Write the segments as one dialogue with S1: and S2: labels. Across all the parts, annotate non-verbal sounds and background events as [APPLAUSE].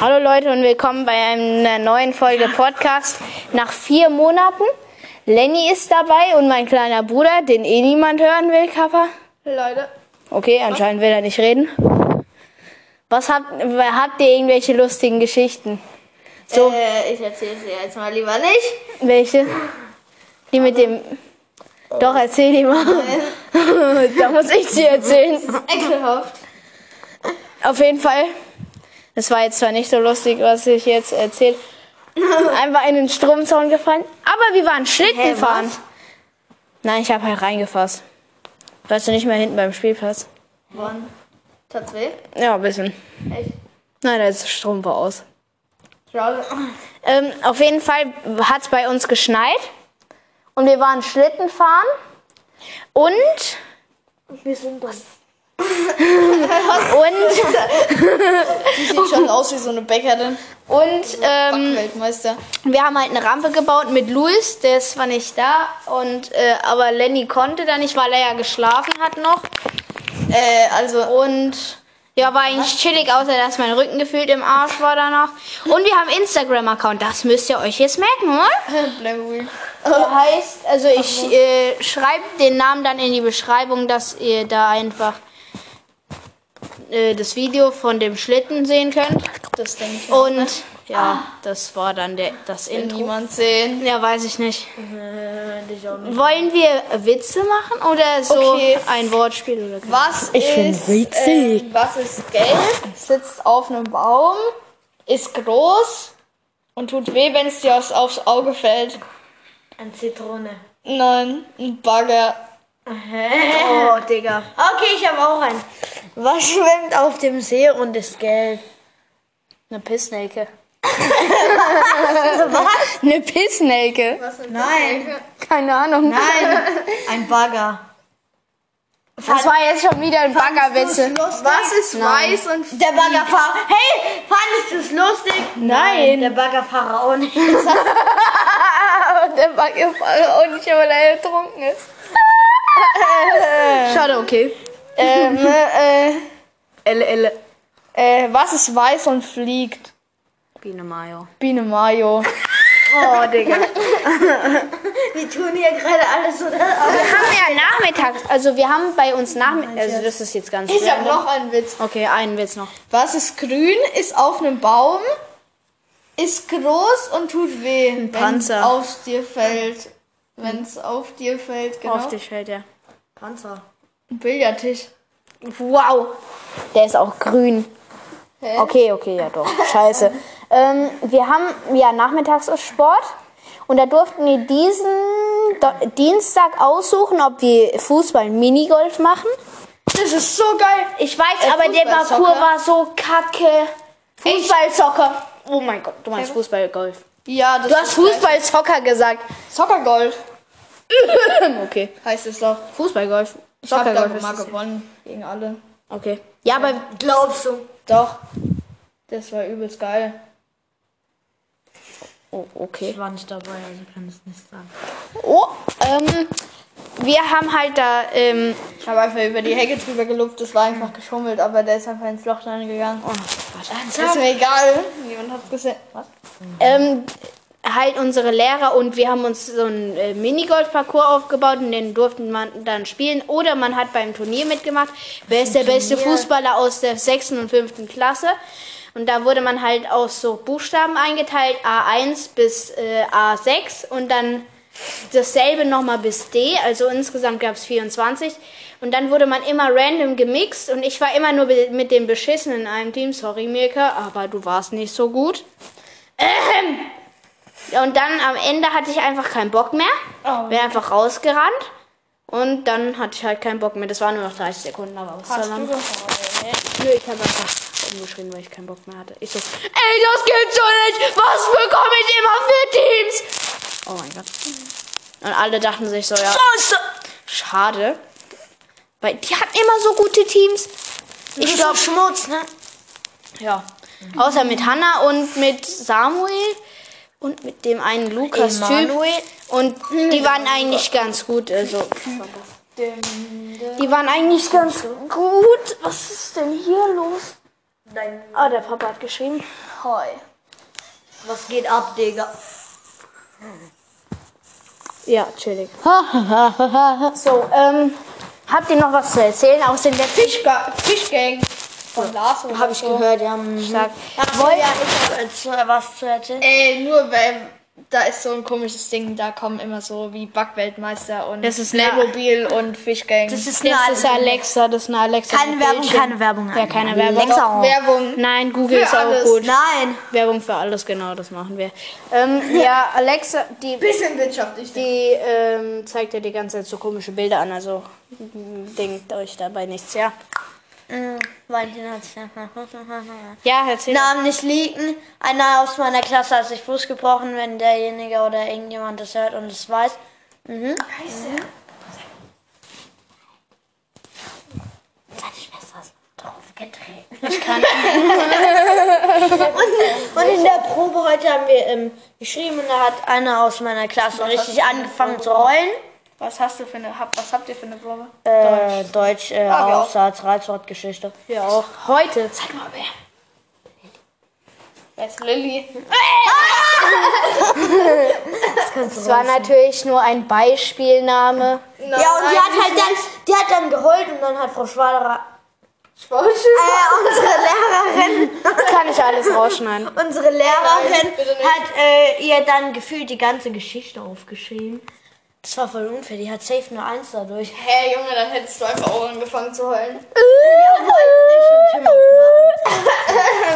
S1: Hallo Leute und willkommen bei einer neuen Folge Podcast. Nach vier Monaten. Lenny ist dabei und mein kleiner Bruder, den eh niemand hören will, Kappa.
S2: Leute,
S1: Okay, anscheinend will er nicht reden. Was habt, habt ihr irgendwelche lustigen Geschichten? So,
S2: äh, ich erzähle es dir jetzt mal lieber nicht.
S1: welche? Die mit dem. Doch, erzähl die mal. [LAUGHS] da muss ich sie erzählen.
S2: Ekelhaft.
S1: Auf jeden Fall. Das war jetzt zwar nicht so lustig, was ich jetzt erzählt. [LAUGHS] Einfach in den Stromzaun gefallen. Aber wir waren Schlitten
S2: Hä,
S1: fahren.
S2: was?
S1: Nein, ich habe halt reingefasst. Warst du nicht mehr hinten beim Spielplatz?
S2: Wann? Tat's weh?
S1: Ja, ein bisschen.
S2: Echt?
S1: Nein, der Strom war aus.
S2: Schade.
S1: Ähm, auf jeden Fall hat es bei uns geschneit. Und wir waren Schlitten fahren. Und
S2: Wir sind das.
S1: [LAUGHS] Und,
S2: Die sieht schon aus wie so eine Bäckerin.
S1: und ähm,
S2: Weltmeister.
S1: wir haben halt eine Rampe gebaut mit Luis, der ist zwar nicht da, und, äh, aber Lenny konnte da nicht, weil er ja geschlafen hat noch.
S2: Äh, also.
S1: Und ja, war eigentlich chillig, außer dass mein Rücken gefühlt im Arsch war danach. Und wir haben einen Instagram-Account, das müsst ihr euch jetzt merken, oder?
S2: Blackwood.
S1: Der heißt, also ich äh, schreibe den Namen dann in die Beschreibung, dass ihr da einfach äh, das Video von dem Schlitten sehen könnt.
S2: Das denke ich. Oh,
S1: Und ja, das war dann der, das Intro.
S2: niemand sehen.
S1: Ja, weiß ich nicht.
S2: Äh, Ich auch nicht.
S1: Wollen wir Witze machen oder so
S2: Okay.
S1: ein Wortspiel oder so?
S2: Was
S3: Ich bin
S2: ist.
S3: witzig.
S2: ähm, was ist gelb, sitzt auf einem Baum, ist groß und tut weh, wenn es dir aufs, aufs Auge fällt?
S4: Eine Zitrone.
S2: Nein, ein Bagger.
S1: Oh, Digga.
S4: Okay, ich habe auch einen. Was schwimmt auf dem See und ist gelb?
S1: Eine Pissnelke. Was? Eine Pissnelke?
S4: Nein,
S1: Keine Ahnung.
S4: nein, ein Bagger.
S1: Das war jetzt schon wieder ein Baggerwitze.
S2: Was ist weiß und
S4: Der Baggerfahrer. Hey, fandest du es lustig?
S1: Nein.
S4: Der Baggerfahrer [LAUGHS] auch nicht.
S1: Und der Baggerfahrer auch nicht, weil er getrunken
S2: [LAUGHS]
S1: ist.
S2: Schade, okay. Ähm, äh,
S1: Elle, elle.
S2: äh, was ist weiß und fliegt?
S1: Biene Mayo.
S2: Biene Mayo.
S1: Oh, Digga.
S4: Wir tun hier gerade alles oder?
S1: Wir haben ja nachmittags, also wir haben bei uns nachmittags, also das ist jetzt ganz
S2: [LAUGHS] Ich habe
S1: random.
S2: noch einen Witz.
S1: Okay, einen Witz noch.
S2: Was ist grün, ist auf einem Baum, ist groß und tut weh, wenn
S1: Panzer.
S2: auf dir fällt. Wenn es auf dir fällt, genau.
S1: Auf dich fällt er.
S4: Panzer.
S2: Ein Billardtisch.
S1: Wow, der ist auch grün.
S2: Hä?
S1: Okay, okay, ja doch. [LAUGHS] Scheiße. ähm, wir haben ja nachmittags ist Sport und da durften wir diesen Do Dienstag aussuchen, ob wir Fußball Minigolf machen.
S2: Das ist so geil.
S1: Ich weiß,
S2: Äh,
S1: aber der
S2: Fußballsoccer.
S1: Parcours war so kacke. Fußballsoccer. Oh mein Gott, du meinst Fußballgolf.
S2: Ja, das
S1: Du hast
S2: ist geil.
S1: Fußballsoccer gesagt.
S2: Soccergolf
S1: [LAUGHS] Okay.
S2: heißt es doch.
S1: Fußballgolf.
S2: Ich habe da
S1: Soccergolf ist
S2: mal
S1: es.
S2: gewonnen gegen alle.
S1: Okay. Ja, aber
S4: Glaubst du?
S2: Doch. Das war übelst geil.
S1: oh, okay.
S4: Ich war nicht dabei, also kann es nicht sagen.
S1: Oh, ähm, wir haben halt da ähm,
S2: Ich habe einfach über die Hecke drüber gelupft, das war einfach geschummelt, aber der ist einfach ins Loch reingegangen. Oh, ist mir egal, niemand hat's gesehen. Was?
S1: ähm, halt unsere Lehrer und wir haben uns so einen äh, Minigolf-Parcours aufgebaut und den durften man dann spielen oder man hat beim Turnier mitgemacht. Wer ist der beste Fußballer aus der sechsten und fünften Klasse? Und da wurde man halt aus so Buchstaben eingeteilt, A1 bis äh, A6 und dann dasselbe nochmal bis D, also insgesamt gab es 24. Und dann wurde man immer random gemixt und ich war immer nur be- mit dem Beschissenen in einem Team. Sorry, Mirka, aber du warst nicht so gut. Ahem. Und dann am Ende hatte ich einfach keinen Bock mehr. Bin einfach rausgerannt. Und dann hatte ich halt keinen Bock mehr. Das waren nur noch 30 Sekunden, aber was soll man? Nö, ich habe einfach umgeschrien, weil ich keinen Bock mehr hatte. Ich so, ey, das gibt's doch nicht! Was bekomme ich immer für Teams? Oh mein Gott. Und alle dachten sich so, ja. Schade. Weil die hatten immer so gute Teams. Ich glaube,
S4: Schmutz, ne?
S1: ja. Außer mit Hannah und mit Samuel und mit dem einen Lukas-Typ. Und die waren eigentlich ganz gut. Also, die waren eigentlich ganz gut. Was ist denn hier los?
S4: Dein.
S1: Ah, der Papa hat geschrieben.
S2: Hoi.
S4: Was geht ab, Digga?
S1: Ja, chillig. [LAUGHS] so, ähm, habt ihr noch was zu erzählen aus den letzten
S2: Fischga Fischgang. Von Lars oder
S4: Hab ich
S2: so.
S4: gehört, ja. mhm.
S1: Tag?
S4: Ach, so, ja, ich hab jetzt, äh, was zu erzählen.
S2: Ey, Äh, nur weil da ist so ein komisches Ding, da kommen immer so wie Backweltmeister und
S1: Das ist eine-
S2: Playmobil und Fischgang.
S4: Das ist
S1: Das
S4: eine
S1: ist Alexa, das ist eine Alexa.
S4: Keine
S1: mit
S4: Werbung,
S1: Bildschirm.
S4: keine Werbung.
S1: Ja, keine Werbung.
S4: Alexa
S2: Doch,
S4: auch.
S2: Werbung.
S1: Nein, Google
S2: Für
S1: ist auch
S2: alles.
S1: gut.
S4: Nein.
S1: Werbung für alles, genau, das machen wir. Ähm, ja, Alexa, die,
S2: Bisschen wirtschaftlich.
S1: die ähm, zeigt ja die ganze Zeit so komische Bilder an, also mm, denkt euch dabei nichts, ja.
S4: Hm, Valentin [LAUGHS] hat's ja.
S1: Ja, erzähl.
S4: Namen nicht leaken. Einer aus meiner Klasse hat sich Fuß gebrochen, wenn derjenige oder irgendjemand das hört und es weiß. Mhm. Seine Schwester ist draufgetreten. Ich kann. [LAUGHS] und, und in der Probe heute haben wir ähm, geschrieben und da hat einer aus meiner Klasse richtig angefangen zu heulen.
S2: Was hast du für eine, hab, was habt ihr für eine Probe?
S4: Äh, Deutsch, äh,
S2: wir auch.
S4: Aufsatz, Reizwortgeschichte.
S1: Ja, auch heute.
S2: Zeig mal wer. Wer ist Lilly?
S1: Das war natürlich nur ein Beispielname. [LAUGHS]
S4: Ja, und die hat halt dann, die hat dann geheult und dann hat Frau Schwaderer Äh, unsere Lehrerin,
S1: Kann ich alles rausschneiden.
S4: unsere Lehrerin
S2: Nein, bitte nicht.
S4: hat äh, ihr dann gefühlt die ganze Geschichte aufgeschrieben. Das war voll unfair, die hat safe nur eins
S2: [LAUGHS]
S4: dadurch.
S2: Hä, hey, Junge, dann hättest du einfach auch angefangen zu heulen. [LAUGHS]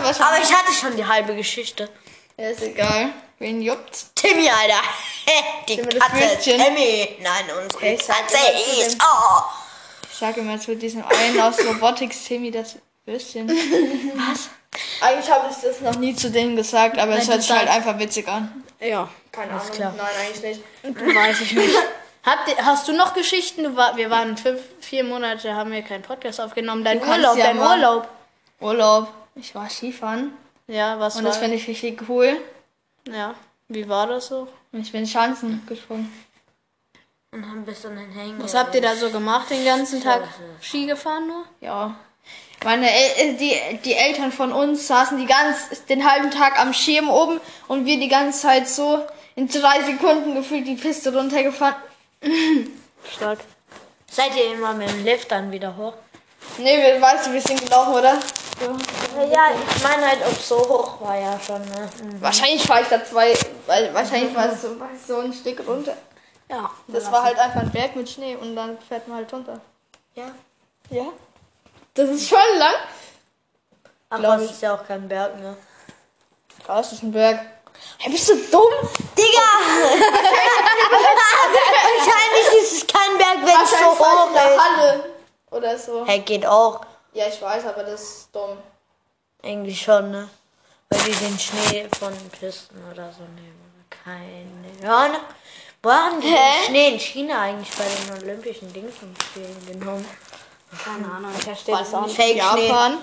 S4: Aber ich hatte schon die halbe Geschichte.
S2: Ja, ist egal. Wen juckt's?
S4: Timmy, Alter. [LAUGHS] Die
S2: Timmy, das
S4: Katze.
S2: Würstchen.
S4: Timmy. Nein, unsere
S2: Ich sag
S4: Katze
S2: immer zu
S4: ist.
S2: dem-
S4: Oh.
S2: Ich sag immer zu diesem einen aus Robotics, Timmy, das Würstchen. Was? Eigentlich habe ich das noch nie zu denen gesagt, aber es hört sich halt einfach witzig an.
S1: Ja,
S2: Keine Ahnung. Nein, eigentlich nicht.
S1: weiß ich nicht. Habt ihr, hast du noch Geschichten? Du war, wir waren fünf, vier Monate, haben wir keinen Podcast aufgenommen. Dein
S2: Du kannst
S1: Urlaub,
S2: ja
S1: dein
S2: mal.
S1: Urlaub.
S2: Urlaub. Ich war Skifahren
S1: Ja, was
S2: und
S1: war
S2: das finde ich richtig cool.
S1: Ja, wie war das so?
S2: Und ich bin Schanzen gesprungen.
S4: Und haben bis an den Hängen.
S1: Was habt ihr da so gemacht den ganzen Tag? Ski gefahren nur?
S2: Ja. Meine El äh, die, die Eltern von uns saßen die ganz, den halben Tag am Schirm oben und wir die ganze Zeit so in drei Sekunden gefühlt die Piste runtergefahren.
S1: Stark.
S4: Seid ihr immer mit dem Lift dann wieder hoch?
S2: Nee, wir, weißt du, wir sind gelaufen, oder?
S4: Ja, ich meine halt, ob so hoch war ja schon, ne?
S1: Mhm.
S2: Wahrscheinlich war ich da zwei, weil wahrscheinlich war es so, war es so ein Stück runter.
S1: Ja.
S2: Das war halt einfach ein Berg mit Schnee und dann fährt man halt runter.
S4: Ja.
S2: Ja. Das ist schon lang.
S4: Aber
S2: Glaub
S4: es ist ja auch kein Berg, ne?
S2: Ja, das ist ein Berg.
S1: [LAUGHS]
S2: Hey, bist du dumm?
S4: Digga! Wahrscheinlich ist es kein Berg, wenn es so
S2: Wahrscheinlich war ich
S4: hoch
S2: in der
S4: ist.
S2: Halle oder so.
S4: Hey, geht auch.
S2: Ja, ich weiß, aber das ist dumm.
S4: Eigentlich schon, ne? Weil die den Schnee von Pisten oder so nehmen. Keine Ahnung. Wo haben die den Schnee in China eigentlich bei den Olympischen Dings und Spielen genommen?
S1: Keine Ahnung, ich verstehe das auch nicht.
S4: Fake
S2: Japan.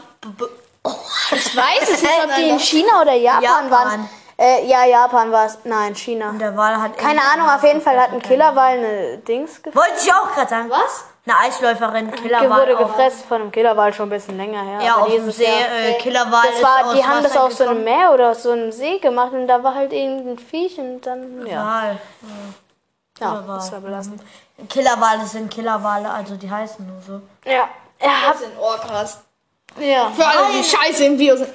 S1: Ich weiß es nicht, ob Äh, die in China oder Japan,
S4: Japan.
S1: waren. Äh, ja, Japan war es. Nein, China.
S4: Schnee. Der Wahl hat.
S1: Keine Ahnung, auf jeden Fall hat ein Killerwal eine Dings gefressen.
S4: Wollte ich auch gerade sagen. Was? Eine Eisläuferin, Killerwahl.
S1: wurde
S4: auf-
S1: gefressen von einem Killerwal schon ein bisschen länger her.
S4: Ja,
S1: aber
S4: auf dem
S1: dieses
S4: See.
S1: Jahr-
S4: Äh, Killerwahl.
S1: Das war,
S4: ist
S1: die
S4: aus
S1: haben das
S4: Wasser
S1: aus so einem
S4: gekommen.
S1: Meer oder aus so einem See gemacht und da war halt irgendein Viech und dann, ja.
S4: Wahl.
S1: Ja,
S4: Killerwal.
S1: das war belastend.
S4: Killerwale sind Killerwale, also die heißen nur so.
S1: Ja. Ja,
S2: Das sind Orcas.
S1: ja.
S2: Für alle, die scheiße im Bio sind.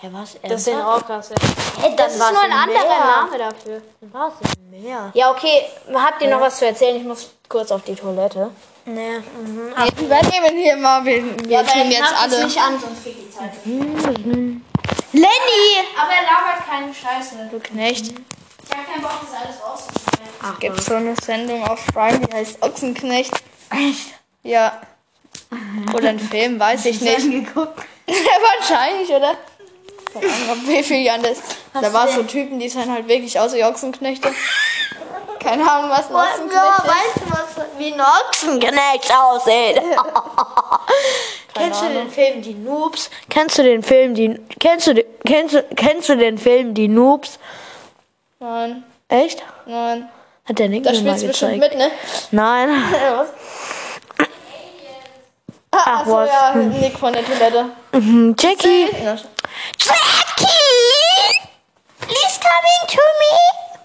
S4: Hä, was?
S1: Das sind Orcas. Ja.
S4: hey,
S1: Das ist nur ein anderer Name dafür.
S4: Was im Meer?
S1: Ja, okay. Habt ihr noch was zu erzählen? Ich muss kurz auf die Toilette.
S4: Nee. Mhm.
S1: Ah.
S2: Wir übernehmen hier mal. Wir, wir
S1: Äh,
S2: tun jetzt alle.
S1: an, sonst geht die Zeit.
S4: Lenny!
S1: Aber er labert keinen Scheiße.
S2: Nicht?
S1: Mhm. Ich hab keinen Bock, das alles rauszuschneiden.
S2: Es gibt so eine Sendung auf Prime, die heißt Ochsenknecht. Ja. Oder ein Film, weiß ich nicht. [LAUGHS] Wahrscheinlich, oder? Keine Ahnung, ob wie viel Jahren das. Da waren so Typen, die sahen halt wirklich aus
S1: [LAUGHS]
S2: wie Ochsenknechte. Keine Ahnung, was
S1: Oh
S2: ein Ochsenknecht ist.
S4: weißt du, was, wie ein Ochsenknecht aussieht? [LAUGHS] kennst du den Film Die Noobs? Kennst du den Film Die... Kennst du, den- kennst, du- kennst du den Film Die Noobs?
S2: Nein,
S4: Echt?
S2: nein.
S4: Hat der Nick
S2: Da
S4: mir mal
S2: spielst du bestimmt
S4: gezeigt.
S2: mit, ne?
S4: Nein. [LAUGHS]
S2: Was? Ah, Ach,
S4: was.
S2: ja, Nick von der Toilette.
S3: Mhm, Jackie. Jackie! Please come in to me.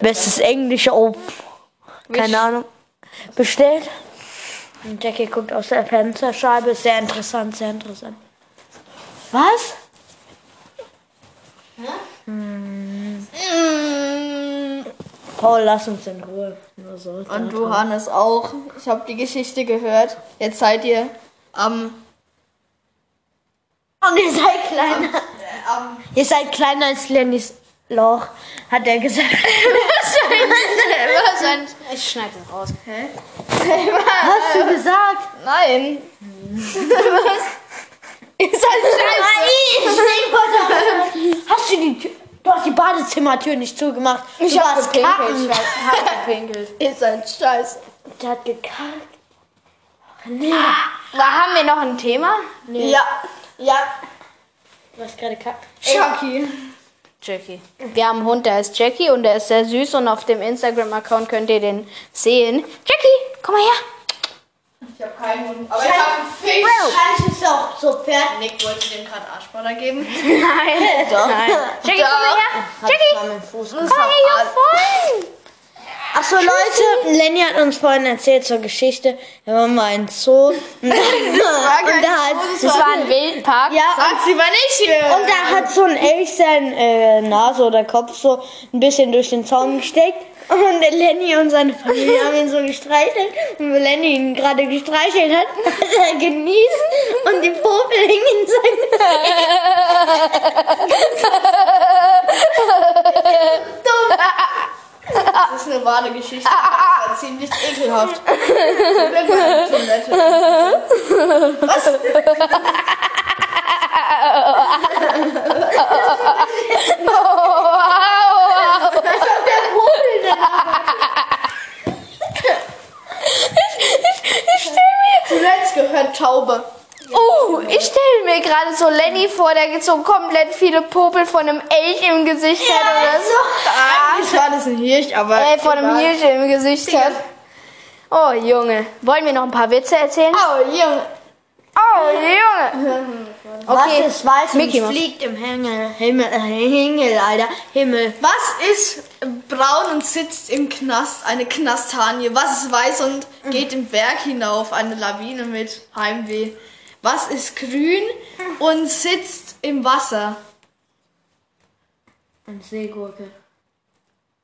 S3: Bestes Englisch auf. Keine Ahnung. Bestellt.
S4: Und Jackie guckt aus der Fensterscheibe. Sehr interessant, sehr interessant.
S3: Was?
S4: Paul, lass uns in Ruhe. Nur so.
S2: Mm, Und du, Hannes, auch. Ich habe die Geschichte gehört. Jetzt seid ihr am,
S4: Und Oh, ihr seid kleiner.
S2: [LAUGHS] [LAUGHS] am
S4: Ihr seid kleiner als Lennys Loch, hat er gesagt. [LAUGHS]
S2: Wahrscheinlich.
S1: Ich schneide das [LAUGHS] raus.
S4: Hast du gesagt?
S2: Nein. Was? Ihr seid scheiße.
S4: Hast du die Tür- Du hast die Badezimmertür nicht zugemacht.
S2: Ich
S4: du
S2: hab
S4: warst
S2: gepinkelt.
S4: kacken.
S2: Ihr seid scheiße.
S4: Der hat gekackt. Ah,
S1: Na, haben wir noch ein Thema?
S2: Ja. Ja.
S4: Du hast gerade gekackt.
S2: Schocki.
S1: Jackie. Wir haben einen Hund, der heißt Jackie und der ist sehr süß und auf dem Instagram-Account könnt ihr den sehen. Jackie, komm mal [LAUGHS] her.
S2: Ich habe keinen Mund. Aber ich habe einen Fisch.
S4: Wahrscheinlich ist er auch so fertig.
S2: Nick wollte dem gerade Arschballer geben.
S1: Nein. Jackie, komm mal her. Jackie,
S2: Das war
S1: ja, voll.
S4: Achso, Leute, Lenny hat uns vorhin erzählt zur Geschichte. Wir waren mal in Zoo. Und da, und da hat
S1: Das war ein Wildpark.
S4: Ja,
S2: Sag sie mal nicht hier.
S4: Und da hat so ein Elch seine äh, Nase oder Kopf so ein bisschen durch den Zaun gesteckt. Und Lenny und seine Familie haben ihn so gestreichelt. Und wenn Lenny ihn gerade gestreichelt hat, [LAUGHS] hat er genießt. Und die Popel hingen in seinen
S2: Das ist eine wahre Geschichte. Das war ziemlich ekelhaft. Was? Zuletzt gehört Taube.
S1: Oh, ich stelle mir gerade so Lenny vor, der jetzt so komplett viele Popel von einem Elch im Gesicht hat oder so.
S2: Eigentlich war das ein Hirsch, aber.
S1: Äh, von einem
S2: egal.
S1: Hirsch im Gesicht hat. Oh, Junge. Wollen wir noch ein paar Witze erzählen?
S2: Oh, Junge.
S1: Oh, Junge. [LAUGHS] Okay.
S4: Was ist weiß
S1: Mickey
S4: und
S1: Mouse.
S4: fliegt im Himmel, Himmel, äh, Himmel, Alter, Himmel.
S2: Was ist braun und sitzt im Knast? Eine Knastanie. Was ist weiß und geht im Berg hinauf? Eine Lawine mit Heimweh. Was ist grün und sitzt im Wasser?
S4: Und Seegurke.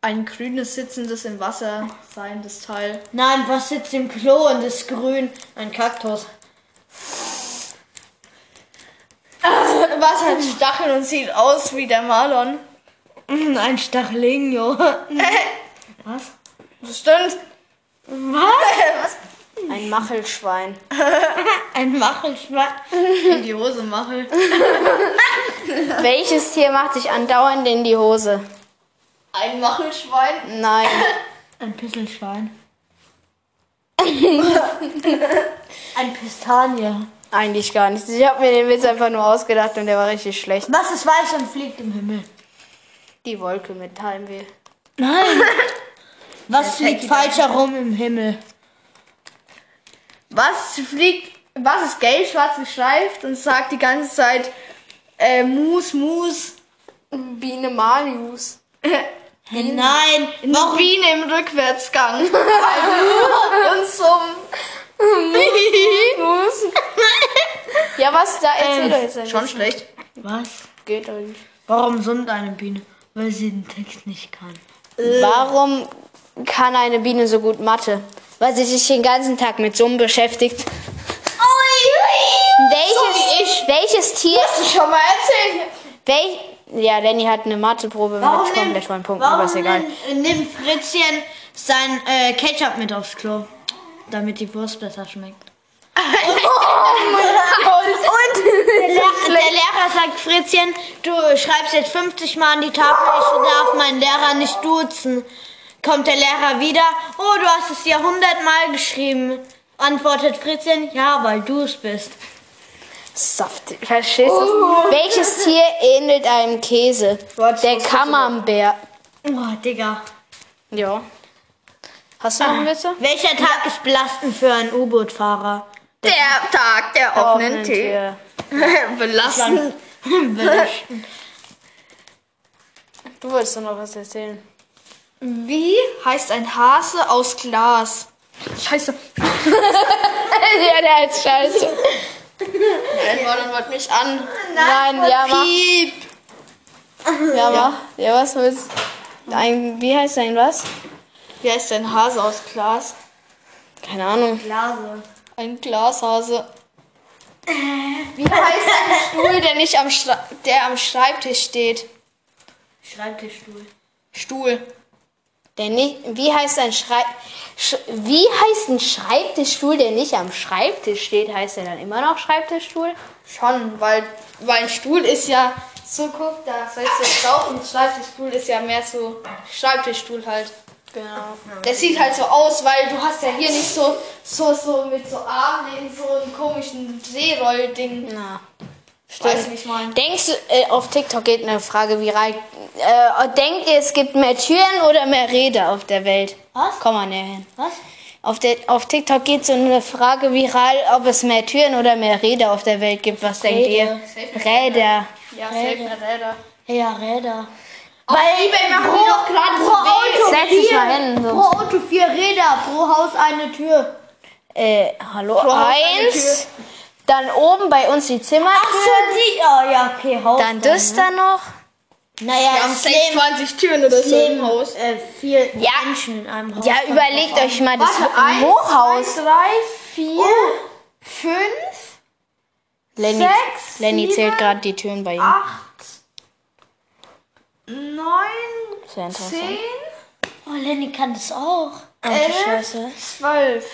S2: Ein grünes sitzendes im Wasser seiendes Teil.
S4: Nein, was sitzt im Klo und ist grün? Ein Kaktus. [LAUGHS]
S2: Was hat Stacheln und sieht aus wie der Marlon? [LAUGHS]
S4: Mm, Ein [LAUGHS] Stachlingo.
S2: Das stimmt.
S1: Ein Machelschwein.
S4: Ein Machelschwein.
S2: In die Hose mache.
S1: [LAUGHS] Welches Tier macht sich andauernd in die Hose?
S2: Ein Machelschwein.
S1: Nein.
S4: Ein Pisselschwein. [LAUGHS] Ein Pistanie.
S1: Eigentlich gar nicht. Ich habe mir den Witz einfach nur ausgedacht und der war richtig schlecht.
S4: Was ist weiß und fliegt im Himmel?
S1: Die Wolke mit Heimweh.
S4: Nein. [LAUGHS] Was fliegt falsch herum im Himmel?
S2: Was fliegt, was ist gelb, schwarz gestreift und sagt die ganze Zeit äh, Mus, Mus.
S1: Biene Marius.
S4: Nein.
S2: Noch Biene im Rückwärtsgang. Weil und zum.
S1: [LAUGHS] Ja, was da erzähl doch jetzt
S2: Ähm, Schon schlecht.
S4: Was?
S1: Geht doch nicht.
S4: Warum summt eine Biene? Weil sie den Text nicht kann.
S2: Äh.
S1: Warum kann eine Biene so gut Mathe? Weil sie sich den ganzen Tag mit Summen beschäftigt. Welches, welches Tier?
S2: E- Hast du schon mal erzählt?
S1: Welch, ja, Lenny hat eine Matheprobe mit komplett vollen Punkten, aber ist egal.
S4: nimmt- nimmt Fritzchen sein äh, Ketchup mit aufs Klo? Damit die Wurst besser schmeckt.
S2: [LAUGHS]
S4: Der, Lehr der Lehrer sagt, Fritzchen, du schreibst jetzt 50 Mal an die Tafel, ich darf meinen Lehrer nicht duzen. Kommt der Lehrer wieder, oh, du hast es ja 100 Mal geschrieben. Antwortet Fritzchen, ja, weil du es bist.
S1: Saftig. Verstehst du? Welches Tier ähnelt einem Käse?
S2: Oh. Warte, ich
S1: Der
S2: muss das
S1: Kammernbär.
S4: Oh, Digga.
S1: Ja. Hast du noch einen Witze?
S4: Welcher Tag ist belastend für einen U-Boot-Fahrer?
S2: Der Tag der
S1: Offenen Tür.
S2: [LAUGHS] Belassen.
S1: Du wolltest doch noch was erzählen.
S2: Wie heißt ein Hase aus Glas? Scheiße.
S1: [LAUGHS] ja, der ist scheiße.
S2: [LAUGHS] Edward wollte mich an.
S1: Nein, ja, mach. Ja, mach. Ja, was willst ein, Wie heißt dein was?
S2: Wie heißt ein Hase aus Glas?
S1: Keine Ahnung.
S4: Blase.
S2: Ein Glashase. Wie heißt ein Stuhl, der nicht am, Schra der am Schreibtisch steht?
S4: Schreibtischstuhl.
S2: Stuhl.
S1: Der nicht, wie heißt ein Schrei Sch Wie heißt ein Schreibtischstuhl, der nicht am Schreibtisch steht? Heißt er dann immer noch Schreibtischstuhl?
S2: Schon, weil, weil ein Stuhl ist ja so, guck, da fällt so drauf und ein Schreibtischstuhl ist ja mehr so Schreibtischstuhl halt.
S1: Genau.
S2: Das sieht halt so aus, weil du hast ja hier nicht so, so, so mit so Armlehnen so einen komischen Seeroll-Ding.
S1: Na.
S2: Weiß nicht mal.
S1: Denkst du, äh, auf TikTok geht eine Frage viral. Äh, denkt ihr, es gibt mehr Türen oder mehr Räder auf der Welt?
S4: Was?
S1: Komm mal näher hin.
S4: Was?
S1: Auf, der, auf TikTok geht so eine Frage viral, ob es mehr Türen oder mehr Räder auf der Welt gibt. Was denkt ihr? Räder.
S2: Ja, selten Räder.
S4: Ja, Räder.
S2: Weil eBay machen die doch gerade so
S4: Auto
S1: Setz dich mal hin.
S4: Pro
S1: So.
S4: Auto vier Räder, pro Haus eine Tür.
S1: Äh, hallo,
S2: Haus eine
S1: eins. Dann oben bei uns die Zimmertür.
S4: Achso, die. Oh ja, okay, Haus.
S1: Dann ne? das
S2: ne?
S1: da noch.
S4: Naja,
S2: Wir haben
S4: es leben,
S2: 26 Türen oder so im
S4: leben
S2: Haus.
S4: äh, vier
S1: Ja.
S4: Menschen in einem Haus.
S1: Ja,
S4: Kommt
S1: überlegt
S4: drauf an.
S1: euch mal das
S2: Warte, eins,
S1: Hochhaus.
S2: zwei, drei, vier, fünf,
S1: Lenny,
S2: sechs,
S1: Lenny
S2: sieben,
S1: zählt gerade die Türen bei ihm.
S2: acht, neun,
S1: Sehr interessant.
S2: zehn,
S4: Oh, Lenny kann das auch.
S2: elf, zwölf.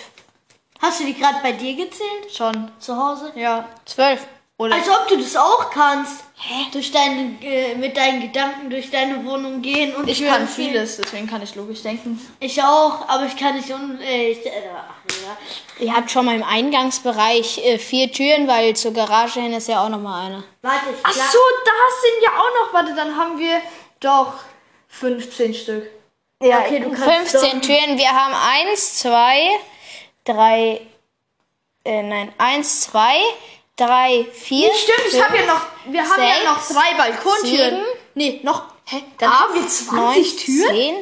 S4: Hast du die gerade bei dir gezählt?
S2: Schon.
S4: Zu Hause?
S2: Ja.
S1: Zwölf. Oder?
S4: Als ob du das auch kannst. Durch deine, äh, mit deinen Gedanken durch deine Wohnung gehen und
S2: Ich
S4: Türen
S2: kann
S4: ziehen.
S2: vieles, deswegen kann ich logisch denken.
S4: Ich auch, aber ich kann nicht un. Äh, ich, äh, ach, ja.
S1: Ihr habt schon mal im Eingangsbereich äh, vier Türen, weil zur Garage hin ist ja auch noch mal eine.
S4: Warte, ich
S2: Ach
S4: glaub-
S2: so, da sind ja auch noch. Warte, dann haben wir doch 15 Stück.
S1: Ja,
S4: okay, du kannst
S1: 15 Türen. Wir haben eins, zwei, drei, äh, nein, eins, zwei, drei, vier.
S2: Stimmt, ich
S1: fünf,
S2: habe ja noch, wir haben
S1: sechs,
S2: ja noch drei Balkontüren.
S1: sieben,
S2: nee, noch. Hä? Dann haben Ah, wir 20
S1: neun,
S2: Türen?
S1: Zehn.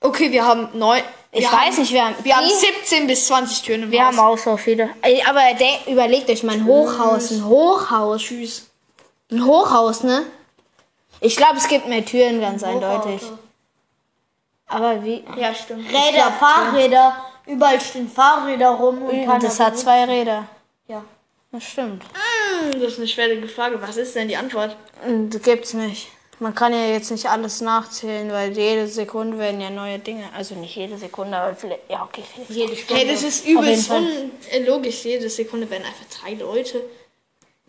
S2: Okay, wir haben neun.
S1: Ich
S2: wir
S1: weiß
S2: haben,
S1: nicht, wir haben,
S2: Wir haben
S1: viel-
S2: 17 bis 20 Türen im
S1: wir
S2: Haus.
S1: haben auch so viele. Ey, Aber denk, überlegt euch mal ein Hochhaus, ein Hochhaus. Tschüss. Ein Hochhaus, ne? Ich glaube, es gibt mehr Türen, ganz eindeutig. Aber wie?
S2: ja, stimmt.
S4: Räder, Fahrräder. Überall stehen Fahrräder rum und keiner
S1: Und das hat zwei Räder.
S4: Ja.
S1: Das stimmt.
S2: Hm, Das ist eine schwere Frage. Was ist denn die Antwort?
S1: Das gibt's nicht. Man kann ja jetzt nicht alles nachzählen, weil jede Sekunde werden ja neue Dinge. Also nicht jede Sekunde, aber vielleicht. Ja, okay, vielleicht.
S4: jede Stunde.
S2: Hey, das ist übelst unlogisch. Jede Sekunde werden einfach drei Leute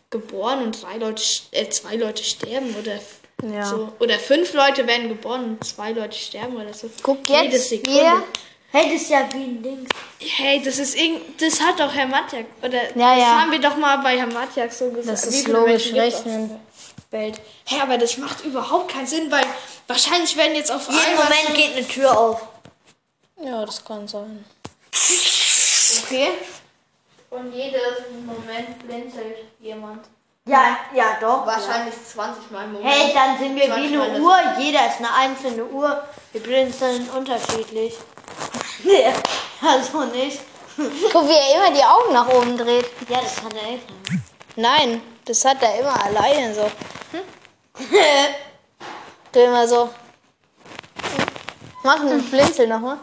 S2: geboren und drei Leute, sch- äh, zwei Leute sterben oder f-
S1: Ja.
S2: so. Oder fünf Leute werden geboren und zwei Leute sterben oder so.
S1: Guck
S2: Jede
S1: jetzt
S2: Sekunde.
S1: hier.
S4: Hey, das ist ja wie ein Ding.
S2: Hey, das ist irgend, das hat doch Herr Matjak, oder
S1: Ja,
S2: das
S1: ja.
S2: haben wir doch mal bei Herr Matjak so gesagt.
S1: Das
S2: Wie
S1: ist
S2: viele
S1: logisch
S2: Menschen gibt's auf
S1: rechnen.
S2: der Welt. Hey, aber das macht überhaupt keinen Sinn, weil wahrscheinlich werden jetzt auf
S4: Jeden
S2: einmal...
S4: Moment geht eine Tür auf.
S1: Ja, das kann sein.
S2: Okay. Und jeden Moment blinzelt jemand.
S4: Ja, ja, doch.
S2: Wahrscheinlich 20 Mal im
S4: Ja.
S2: Moment.
S4: Hey, dann sind wir wie
S2: 20 Mal
S4: eine
S2: das-
S4: Uhr. Jeder ist eine einzelne Uhr. Wir blinzeln unterschiedlich. [LAUGHS] Nee, also nicht.
S1: Guck, wie er immer die Augen nach oben dreht.
S4: Ja, das kann er echt. nicht.
S1: Nein, das hat er immer alleine so. Hm? [LAUGHS] Dreh mal so. Mach einen Blinzel nochmal.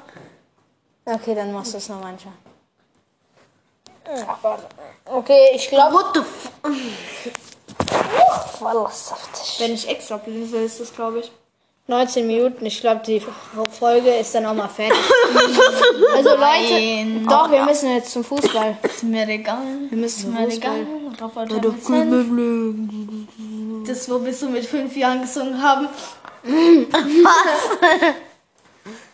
S1: Okay, dann machst du es noch manchmal. Okay, ich glaube. What the f.
S2: Wenn ich extra blinzel, ist das, glaube ich.
S1: 19 Minuten, ich glaube, die Folge ist dann auch mal [LAUGHS] fertig. also, Leute,
S2: Nein.
S1: doch, wir müssen jetzt zum Fußball.
S2: Ist mir egal.
S1: Wir müssen zum Fußball.
S2: Roboter mit Senf. Das, wo wir so mit fünf Jahren gesungen haben.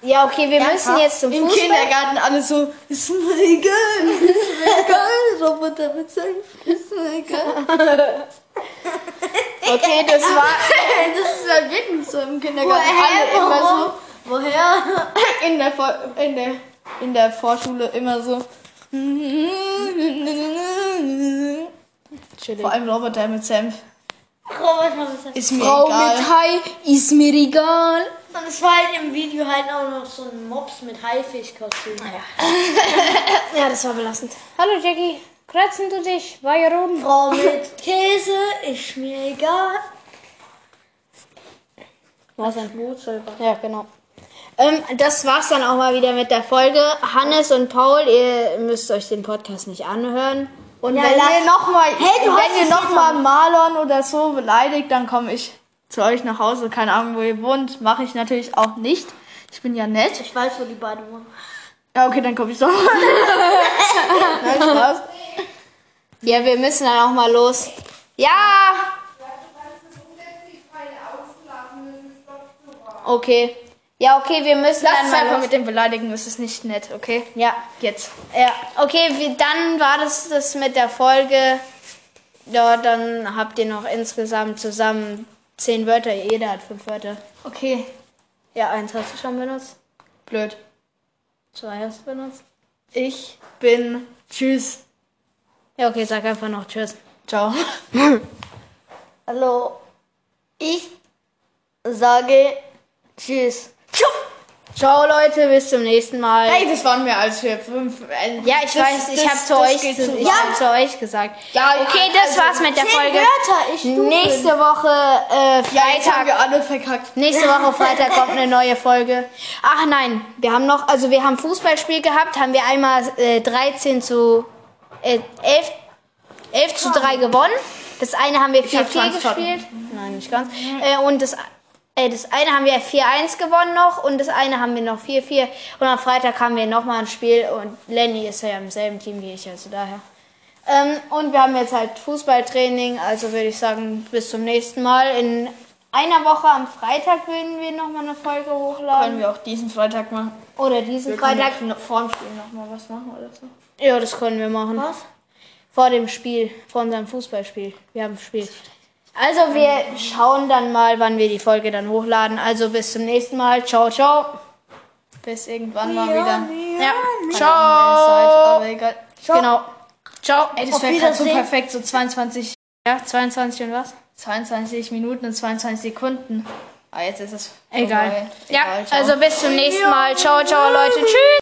S1: Ja, okay, wir müssen jetzt zum
S2: Im
S1: Fußball.
S2: Kindergarten alle so, ist mir egal, ist mir egal, Roboter mit Senf, ist mir egal.
S1: Okay, [LAUGHS] das war.
S2: Das ist halt wirklich so im Kindergarten. Alle immer so.
S4: Woher?
S2: In der, Vor in der, in der Vorschule immer so. Vor allem Roboter mit Senf.
S4: Robert hat es
S2: Ist mir
S1: Frau
S2: egal.
S1: mit Hai ist mir egal.
S4: Und es war halt im Video halt auch noch so ein Mops mit Haifischkostüm.
S1: Ja, das war belastend.
S5: Hallo Jackie, kratzen du dich? War ja oben.
S4: Frau mit Käse ist mir egal.
S1: Was ein Ja, genau. Ähm, das war's dann auch mal wieder mit der Folge. Hannes und Paul, ihr müsst euch den Podcast nicht anhören.
S2: Und
S4: Ja,
S2: wenn
S4: lass-
S2: ihr nochmal
S4: Hey, du hast
S2: wenn ihr
S4: es
S2: noch
S4: jetzt
S2: mal Marlon oder so beleidigt, dann komme ich zu euch nach Hause. Keine Ahnung, wo ihr wohnt. Mache ich natürlich auch nicht. Ich bin ja nett.
S4: Ich weiß, wo die beiden wohnen.
S2: Ja, okay, dann komme ich doch mal. [LAUGHS] Nein, Spaß.
S1: Ja, wir müssen dann auch mal los. Ja! Okay. Ja, okay, wir müssen
S2: Lass
S1: dann
S2: es
S1: mal
S2: einfach
S1: los.
S2: mit dem Beleidigen, das ist nicht nett, okay?
S1: Ja,
S2: Jetzt.
S1: ja. Okay, wie, dann war das das mit der Folge. Ja, dann habt ihr noch insgesamt zusammen zehn Wörter. Jeder hat fünf Wörter.
S2: Okay.
S1: Ja, eins hast du schon benutzt.
S2: Blöd.
S1: Zwei hast du benutzt.
S2: Ich bin. Tschüss.
S1: Ja, okay, sag einfach noch Tschüss.
S2: Ciao.
S4: Hallo. Ich sage Tschüss.
S1: Ciao, Leute, bis zum nächsten Mal.
S2: Hey, das waren mehr als wir fünf. äh,
S1: Ja, ich
S2: das-
S1: weiß, ich
S2: das-
S1: habe zu,
S2: das
S1: euch
S2: geht
S1: zu,
S2: zu
S1: ich
S2: weit.
S1: hab zu euch gesagt. also,
S2: Ja, ja,
S1: okay, das war's mit der Folge.
S4: Wörter, ich
S1: Nächste Woche äh,
S2: Ja, jetzt
S1: Freitag.
S2: haben wir alle verkackt.
S1: Nächste Woche Freitag kommt eine neue Folge. Ach nein, wir haben noch, also wir haben Fußballspiel gehabt, haben wir einmal äh, 13 zu äh, 11, 11 zu 3 gewonnen. Das eine haben wir 4-4
S2: hab's
S1: gespielt. Nein, nicht ganz. Äh, und das, äh, das eine haben wir 4-1 gewonnen noch und das eine haben wir noch 4-4. Und am Freitag haben wir nochmal ein Spiel und Lenny ist ja im selben Team wie ich, also daher. Ähm, und wir haben jetzt halt Fußballtraining, also würde ich sagen, bis zum nächsten Mal. In einer Woche am Freitag würden wir nochmal eine Folge
S2: Können
S1: hochladen.
S2: wir auch diesen Freitag machen.
S1: Oder diesen
S2: Wir können
S1: Freitag.
S2: ja vor dem Spiel nochmal was machen oder so.
S1: Ja, das können wir machen. Was? Vor dem Spiel, vor unserem Fußballspiel. Wir haben ein Spiel. Also wir schauen dann mal, wann wir die Folge dann hochladen. Also bis zum nächsten Mal. Ciao, ciao.
S2: Bis irgendwann mal wieder.
S1: Ja,
S2: Ciao.
S1: ciao.
S2: Aber egal.
S1: Genau. Ciao.
S2: Ey, das
S4: Auf
S2: wäre gerade so
S4: Wiedersehen.
S2: perfekt, so 22,
S1: Ja, 22 und was?
S2: 22 Minuten und 22 Sekunden. Ah, jetzt ist es
S1: Egal.
S2: vorbei.
S1: Ja,
S2: Egal, ciao.
S1: also bis zum nächsten Mal. Ciao, ciao, Leute. Tschüss.